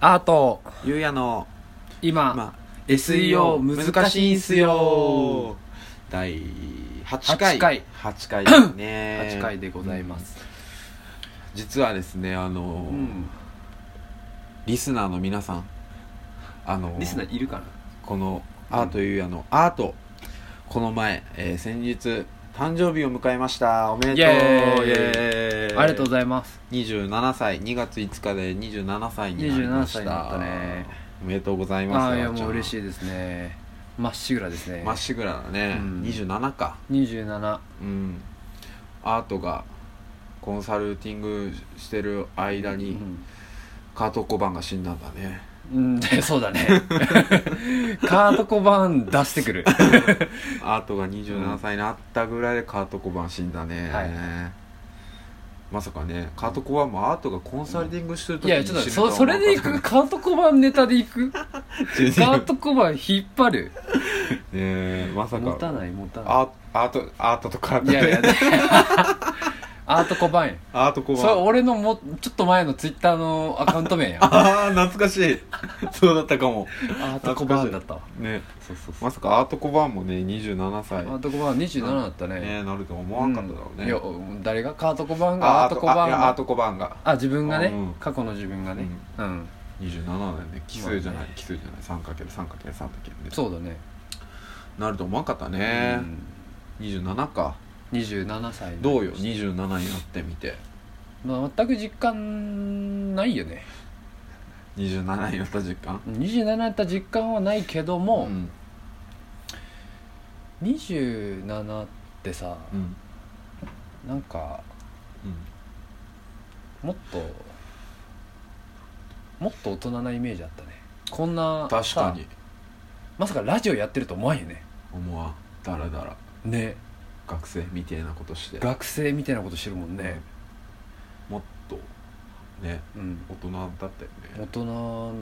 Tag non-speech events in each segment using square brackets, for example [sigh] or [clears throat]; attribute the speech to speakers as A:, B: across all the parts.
A: アート
B: ゆうやの、
A: 今、
B: まあ、
A: SEO 難しいんすよ
B: 第8
A: 8
B: 回
A: 回
B: 8回ですね
A: [clears throat] 8回でございます、
B: 実はですねあの、リスナーの皆さんあの
A: リスナーいるかな
B: このアートゆうやのアートこの前、えー先日誕生日を迎えましたおめでとう
A: イエーイ
B: イエーイ
A: ありがとうございます
B: 27歳2月5日で27歳になりました
A: 27歳になったね
B: おめでとうございます
A: ああいやもう嬉
B: い
A: しいですねまっしぐらですね
B: まっしぐらだね、
A: うん
B: 27か
A: 27
B: うんアートがコンサルティングしてる間
A: う
B: に
A: ん
B: カート小判が死んだんだね
A: うん [laughs] でそうだねカートコバン出してく
B: [laughs]
A: る
B: アートが27歳になったぐらいでカート小判死んだね、
A: はい
B: まさかねカート小判もアートがコンサルティングしてる時
A: い
B: に
A: やちょっと
B: 死ぬとは
A: そそれでい
B: 思わ
A: く
B: なか
A: カートコバンネタでい
B: [laughs]
A: くカ
B: った [laughs] ね
A: ートコバン引っ張る
B: ねまさ
A: 持た
B: か
A: ない持たな
B: アアートアートとカー
A: い
B: ト
A: いやいや
B: で
A: アートコバンや
B: アート小
A: それ
B: 判
A: 俺のもちょっと前のツイッターのアカウント名やア
B: [laughs] ああ懐かしいそうだったかも
A: ートコバンだったわ
B: ね
A: そうそうそう
B: まさかアート小判もね27歳
A: アートコバン27だったね
B: ねなるとは思わなかっただろうね、
A: いや誰がカートコバンが
B: あ
A: アートコバン
B: あいやア
A: が
B: ート小判が
A: あ自分がね、
B: うん
A: 過去の自分がねうん、
B: 27年で奇数じゃ
A: ま
B: な
A: あ
B: い奇数じゃない 3×3×3 だけどね
A: そうだね、
B: なると思わんかったね
A: う、ん
B: 27か
A: 27歳
B: どうよ27になってみて
A: まあ全く実感ないよね
B: 27になった実感
A: 27やった実感はないけども、
B: ん
A: 27ってさ
B: うん
A: なんか
B: うん
A: もっともっと大人なイメージあったねこんな
B: 確かに
A: さまさかラジオやってると思わんよね
B: 思わんだらだら
A: ね
B: 学生みてえなことして
A: 学生みたいなことしてるもんね、
B: もっとね
A: うん、
B: 大人だったよ
A: 大
B: ね
A: 人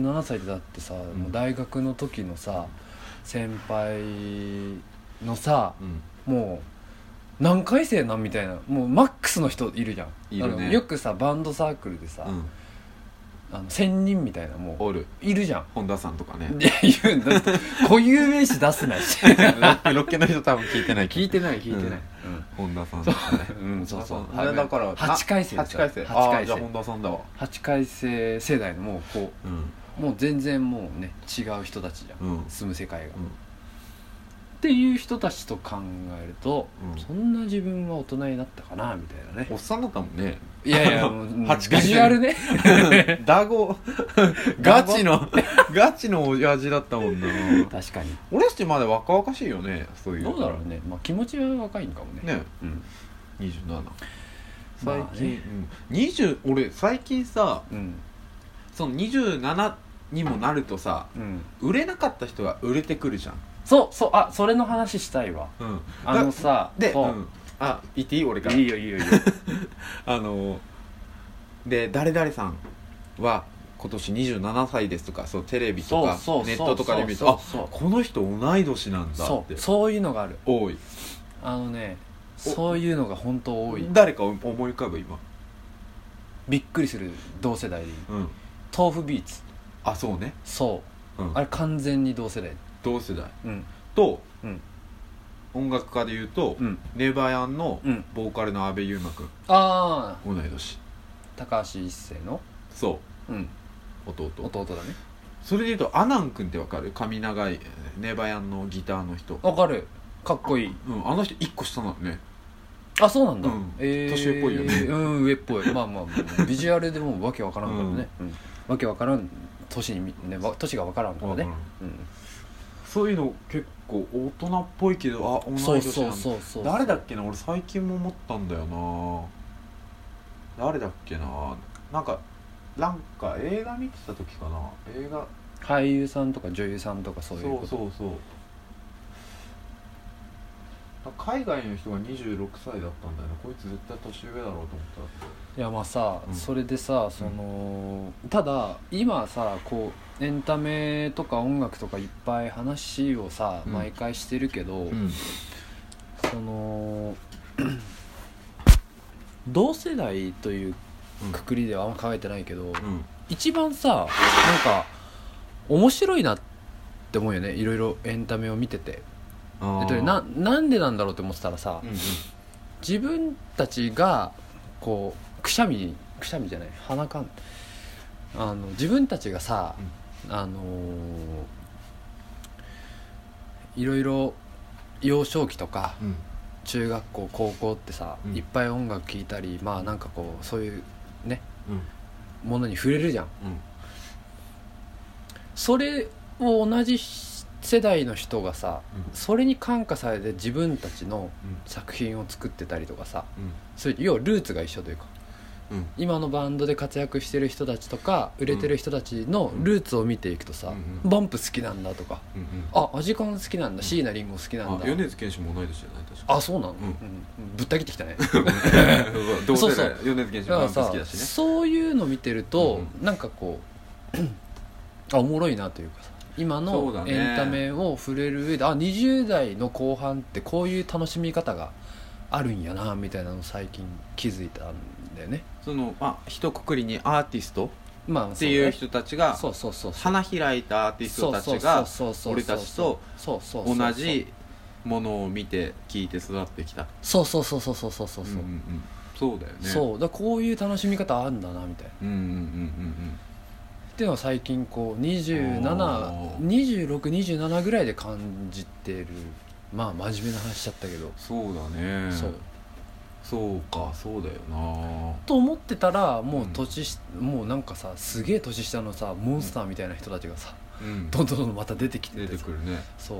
A: 27歳でだってさ、
B: ん
A: もう大学の時のさ先輩のさ
B: うん
A: もう何回生なんみたいなもうマックスの人いるじゃん
B: いるね
A: あのよくさバンドサークルでさ、
B: うん
A: あの1000人みたいなも
B: おる
A: ういるじゃん
B: 本田さんとかね
A: いや言うんだって固有名詞出すなし
B: [laughs] ロッケの人多 [laughs] 分聞いてない
A: 聞いてない聞いてない、
B: 本田さんとかね
A: うんそうそう
B: あれだから
A: 8回生
B: 8回生
A: 8
B: あー
A: 回
B: じゃあ
A: 生
B: 本田さんだわ
A: 8回生世代のもうこ
B: うん
A: うもう全然もうね違う人たちじゃん、
B: うん
A: 住む世界が、
B: うん
A: っていう人たちと考えると、
B: うん
A: そんな自分は大人になったかなみたいなね
B: おっさんだったも
A: [laughs]
B: んね
A: いやい
B: あ
A: や
B: [laughs] の
A: もううんビ
B: 八回生
A: ジュアルね [laughs]
B: ダゴガチの [laughs] ガチの親父だったもんな
A: [laughs] 確かに
B: 俺たちまだ若々しいよねそういう
A: どうだろうね、まあ、気持ちは若いんかもね
B: ね
A: うん
B: 27最
A: まあ
B: 近
A: ね、
B: うん、20俺最近さ
A: うん
B: その27にもなるとさ
A: うん
B: 売れなかった人が売れてくるじゃん、
A: そうそうあそれの話したいわ
B: うん、
A: あのさ
B: で、う
A: そ
B: ん、あ言っていい俺から
A: いいよいいよいいよ
B: あので誰々さんは今年27歳ですとかそうテレビ [laughs] とか
A: そうそうそう
B: ネットとかで見ると
A: そう
B: あ
A: そう
B: この人同い年なんだっ
A: そ
B: て
A: うそういうのがある
B: 多い
A: あのね
B: お
A: そういうのが本当多い
B: 誰か思い浮かぶ今
A: びっくりする同世代でいい
B: うん
A: 豆腐ビーツ
B: あそうね、
A: そう
B: うん、
A: あれ完全に同世代
B: 同世代
A: うん
B: と
A: うん
B: 音楽家でいうと、
A: うん
B: ネバヤンの
A: うん
B: ボーカルの阿部優真君
A: ああ
B: 同い年
A: 高橋一生の
B: そ
A: うん
B: う弟
A: 弟だね
B: それでいうとアナン君ってわかる髪長いネバヤンのギターの人
A: わかるかっこいい
B: うん、あの人1個下なのね
A: あそうなんだ、
B: うん
A: えー
B: 年上っぽいよね
A: うん上っぽいまあまあまあビジュアルでもうわけわからんからね、うんわけわからん年にみねわ年がわからんからね、うん
B: そういうの結構大人っぽいけどあ同い年
A: そ
B: なん
A: う
B: だ
A: そうそうそう
B: 誰だっけな俺最近も思ったんだよな誰だっけななんかなんか映画見てた時かな映画
A: 俳優さんとか女優さんとかそ
B: そうう
A: いうこと
B: そうそう海外の人が26歳だったんだよねこいつ絶対年上だろうと思っ
A: い
B: た
A: やまあさ、
B: うん
A: それでさそのただ今さこうエンタメとか音楽とかいっぱい話をさ、
B: うん
A: 毎回してるけど、
B: ん
A: その [clears throat] 同世代というくくりではあんま考えてないけど、
B: うん
A: 一番さなんか面白いなって思うよねいろいろエンタメを見てて
B: あ
A: えっ
B: ー
A: とねななんでなんだろうって思ってたらさ
B: うんうん
A: 自分たちがこうくしゃみくしゃみじゃない鼻かんあの自分たちがさ、あのーいろいろ幼少期とか
B: うん
A: 中学校高校ってさ、
B: うん
A: いっぱい音楽聴いたりまあなんかこうそういう
B: うん
A: ものに触れるじゃん
B: うん
A: それを同じ世代の人がさ
B: うん
A: それに感化されて自分たちの
B: うん
A: 作品を作ってたりとかさ
B: うん
A: そういう要はルーツが一緒というか
B: うん
A: 今のバンドで活躍してる人たちとか売れてる人たちのルーツを見ていくとさ、
B: うん
A: バンプ好きなんだとか
B: うんうん
A: あアジカン好きなんだ椎名林檎好きなん
B: あ
A: だ
B: 米津玄師も同い年じゃない確か
A: あそうなの、
B: ん
A: うんぶった切ってきたね
B: [laughs] 同
A: そう
B: 世
A: そう
B: 代米津玄師
A: だ
B: も
A: か
B: バ
A: ら
B: ン
A: さ
B: プ好きだしね
A: そういうの見てると、
B: う
A: なんかこう [clears throat] あおもろいなというかさ今
B: そうだ
A: の
B: ね
A: エンタメを触れる上で、あ20代の後半ってこういう楽しみ方があるんやなみたいなのを最近気づいたんだよね
B: そのまあ一括りにアーティスト
A: まあ
B: ってい
A: そ
B: う
A: うね
B: 人たちが
A: そうそうそうそう
B: 花開いたアーティストたちが俺たちと同じものを見て聞いて育ってきた
A: そうそうそうそうそうそうそうそう
B: うんうんうんそうだよね
A: そうだからこういう楽しみ方あるんだなみたいなっ
B: うんうんうん
A: ていうのは最近こう
B: おー
A: 272627ぐらいで感じてるまあ真面目な話しちゃったけど、
B: うんうんそうだね
A: そう
B: そうかそうだよな
A: と思ってたらもう年し、もうなんかさすげえ年下のさモンスターみたいな人たちがさ
B: うん
A: どんどんどんどんまた出てきて
B: 出て
A: さ
B: くるね
A: そう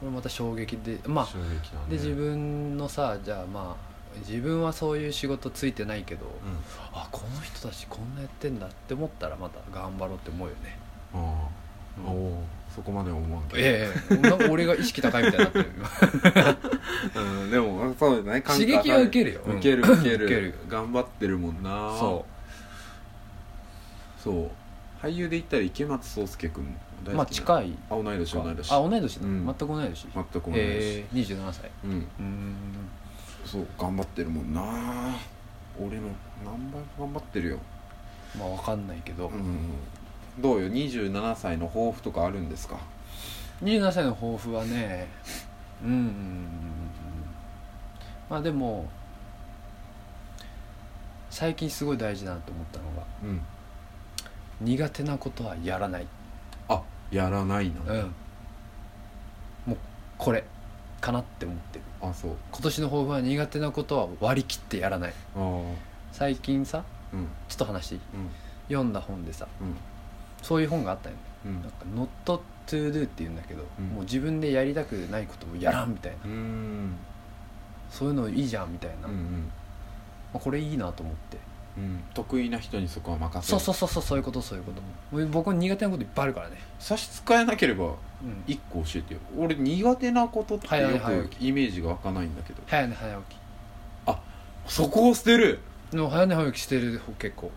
A: これまた衝撃でまあ
B: 衝撃だね
A: で自分のさじゃあまあ自分はそういう仕事ついてないけど、
B: うん
A: あこの人たちこんなやってんだって思ったらまた頑張ろうって思うよね、
B: あ
A: う
B: あ
A: ん
B: おおそこまでは思うんだ
A: ええなんか俺が意識高いみたいになってる
B: うんでもそうだね
A: 刺激は受けるよ
B: 受ける受ける
A: 受ける
B: 頑張ってるもんな
A: そ
B: そう俳優で言ったら池松壮亮君も大好
A: う
B: きな
A: まあ近い
B: あ同い年同い
A: あ
B: 年
A: 同い年だ、
B: うん
A: 全く同い年
B: 全く同い年、
A: ええ27歳
B: うん
A: うーん
B: そう頑張ってるもんな俺の何倍も頑張ってるよ、
A: まあわかんないけど、
B: うん、どうよ27歳の抱負とかあるんですか
A: 27歳の抱負はねうんうんうんうんまあでも最近すごい大事だなと思ったのが
B: うん
A: 苦手なことはやらない
B: あやらないな、
A: うんもうこれかなって思ってる
B: あそう
A: 今年の抱負は苦手なことは割り切ってやらない
B: ああうん
A: 最近さ
B: うん
A: ちょっと話していい読んだ本でさそういう本があったよね
B: うん
A: なんか「Not to do」って言うんだけど、
B: うん
A: もう自分でやりたくないことをやらんみたいな
B: うんうん
A: そういうのいいじゃんみたいな、ま
B: うん
A: あ、これいいなと思って
B: うん得意な人にそこは任せ
A: そう
B: る
A: そうそうそうそういうことそういうこと俺僕苦手なこといっぱいあるからね、
B: 差し支えなければ
A: うん、
B: 一個教えてよ俺苦手なことって
A: はいはい
B: よ
A: はい
B: くイメージが湧かないんだけど
A: 早寝早起
B: そこを捨てる
A: きの早寝早起きしてる方結構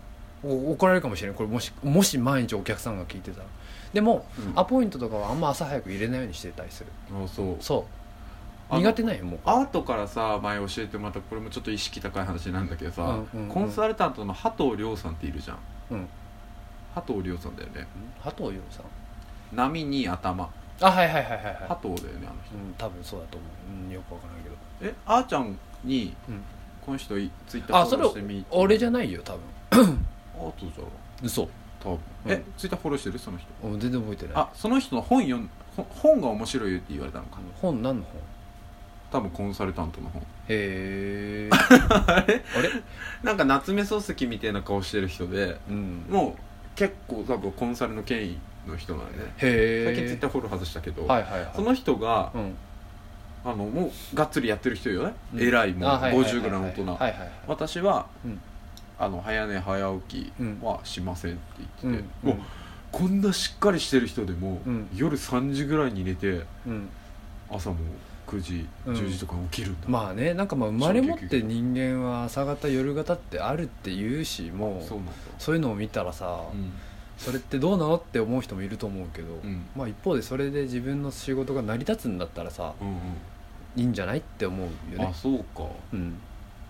A: お怒られるかもしれないこれもしもし毎日お客さんが聞いてたらでも、
B: うん
A: アポイントとかはあんま朝早く入れないようにしてたりする
B: あそう
A: そう
B: あの
A: 苦手ないよもう
B: アートからさ前教えてもらったこれもちょっと意識高い話なんだけどさ、
A: うんうんうん
B: コンサルタントの加藤亮さんっているじゃん、
A: うん
B: 加藤亮さんだよね
A: 加藤洋さん
B: 波に頭
A: あはいはいはいはいはい
B: 加藤だよねあの人
A: うん、多分そうだと思う、うん、よくわからないけど
B: えあーちゃんに、
A: うん
B: この人いツイッター
A: あ
B: フ
A: そ
B: ォ
A: れ
B: ローしてみて
A: 俺じゃ
B: い
A: ないよ多分
B: アートじゃん
A: 嘘
B: 多分、
A: うん
B: えツイッターフォローしてるその人
A: 全然覚えてない
B: あその人の本読んほ本が面白いよって言われたのかな
A: 本何の本
B: 多分コンサルタントの本
A: へえ [laughs] あれあれ
B: なんか夏目漱石みたいな顔してる人で
A: うん
B: もう結構多分コンサルの権威の人なんで、ね
A: へえ
B: 最近ツイッターフォロー外したけど、
A: はいはいはい
B: その人が、
A: うん
B: あのもうがっつりやってる人よね、
A: うん
B: 偉いもん
A: あはいはいはい
B: 50ぐらいの大人、
A: はいはいはい
B: 私は、
A: うん
B: あの早寝早起
A: うん
B: きはしませんって言ってて、
A: うん
B: もうこんなしっかりしてる人でも、
A: うん
B: 夜3時ぐらいに寝て
A: うん
B: 朝もう9時、
A: うん
B: 10時とかに起きるんだ、
A: まあねなんかまあ生まれ持って人間は朝方夜方ってあるって言うしもう
B: そうなんだ
A: そういうのを見たらさ、
B: うん、
A: それってどうなのって思う人もいると思うけど、
B: うん
A: まあ一方でそれで自分の仕事が成り立つんだったらさ
B: うん
A: いいんじゃないって思う
B: うん
A: よね
B: あそうか
A: うん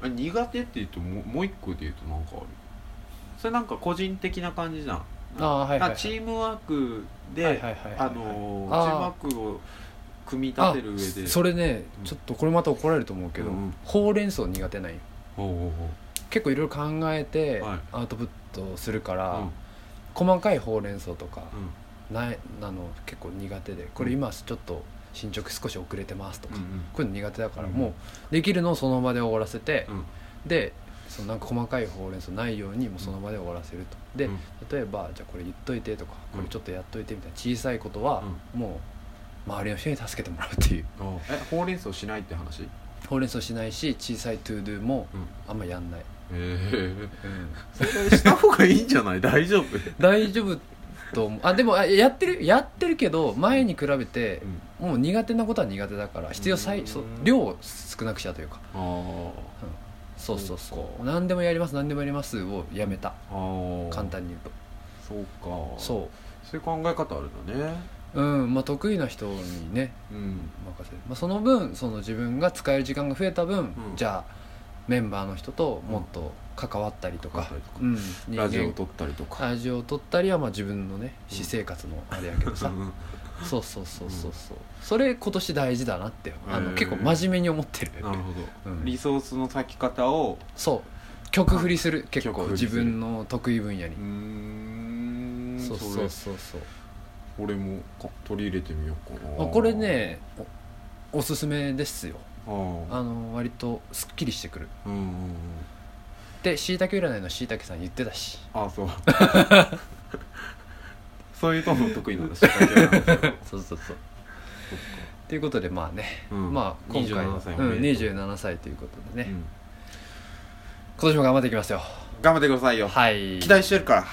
B: あ苦手って言うともうもう一個で言うとなんかあるそれなんか個人的な感じじゃん
A: ああはいはい
B: なんかチームワークで、
A: はいはいはいはい
B: あのー
A: あー
B: チームワークを組み
A: あ
B: 立てる上で
A: それね
B: うん
A: ちょっとこれまた怒られると思うけど、
B: うん
A: ほうれん草苦手なんよ
B: おうおう
A: 結構いろいろ考えて
B: はい
A: アウトプットするから、
B: おううん
A: 細かいほうれん草とか、
B: うん
A: ないなの結構苦手でこれ今ちょっと進捗少し遅れてますとか、
B: うんうん
A: こういうの苦手だから、
B: うん
A: もうできるのをその場で終わらせて、
B: うん
A: でそのなんか細かいほうれん草ないようにもうその場で終わらせるとで、
B: うん
A: 例えばじゃあこれ言っといてとか
B: うん
A: これちょっとやっといてみたいな小さいことはもう周りの人に助けてもらうっていう
B: おうえほうれん草しないって話うん
A: ほうれん草しないし小さいトゥードゥもあんまやんない、う
B: え
A: ん
B: えそれした方がいいんじゃない大丈夫
A: 大丈夫と思うあでもあやってるやってるけど前に比べて
B: うん
A: もう苦手なことは苦手だから必要最
B: うん
A: そう量を少なくしたというか
B: あー
A: そうそうそ
B: そう
A: う何でもやります何でもやりますをやめた
B: あー
A: 簡単に言うと
B: そうか
A: そ
B: そういう考え方あるんだね
A: ううんまあ得意な人にね
B: うん
A: 任せる、まあ、その分その自分が使える時間が増えた分、
B: ん
A: じゃあメンバーの人ともっと関わったりとか
B: 関わったりと、か
A: うん、人間
B: ラジオを撮ったりとか
A: ラジオを撮ったりはまあ自分のね私生活のあれやけどさ、
B: うん
A: そうそうそうそうそうそれ今年大事だなってあの
B: へー
A: 結構真面目に思ってる
B: なるほど、
A: うん
B: リソースの割き方を
A: そう曲振りする結
B: 曲
A: 構
B: 振りす
A: 自
B: る
A: 分の得意分野に
B: うーん
A: そう
B: れ
A: そうそうそう
B: 俺もか取り入れてみようか
A: あ
B: な
A: これねおおすすめですよ
B: あー
A: あの割とすっきりしてくる
B: うんうんうん
A: でしいたけ占いのしいたけさん言ってたし
B: あ
A: [laughs]
B: そうそういうとも得意なんだしだけなんだ
A: [laughs]
B: けど
A: そうそうそうということでまあね、
B: うん
A: まあ今回は
B: 27歳
A: う
B: お
A: ん、
B: めでとう
A: 27歳ということでね、
B: うん
A: 今年も頑張っていきますよ
B: 頑張ってくださいよ
A: はい
B: 期待してるから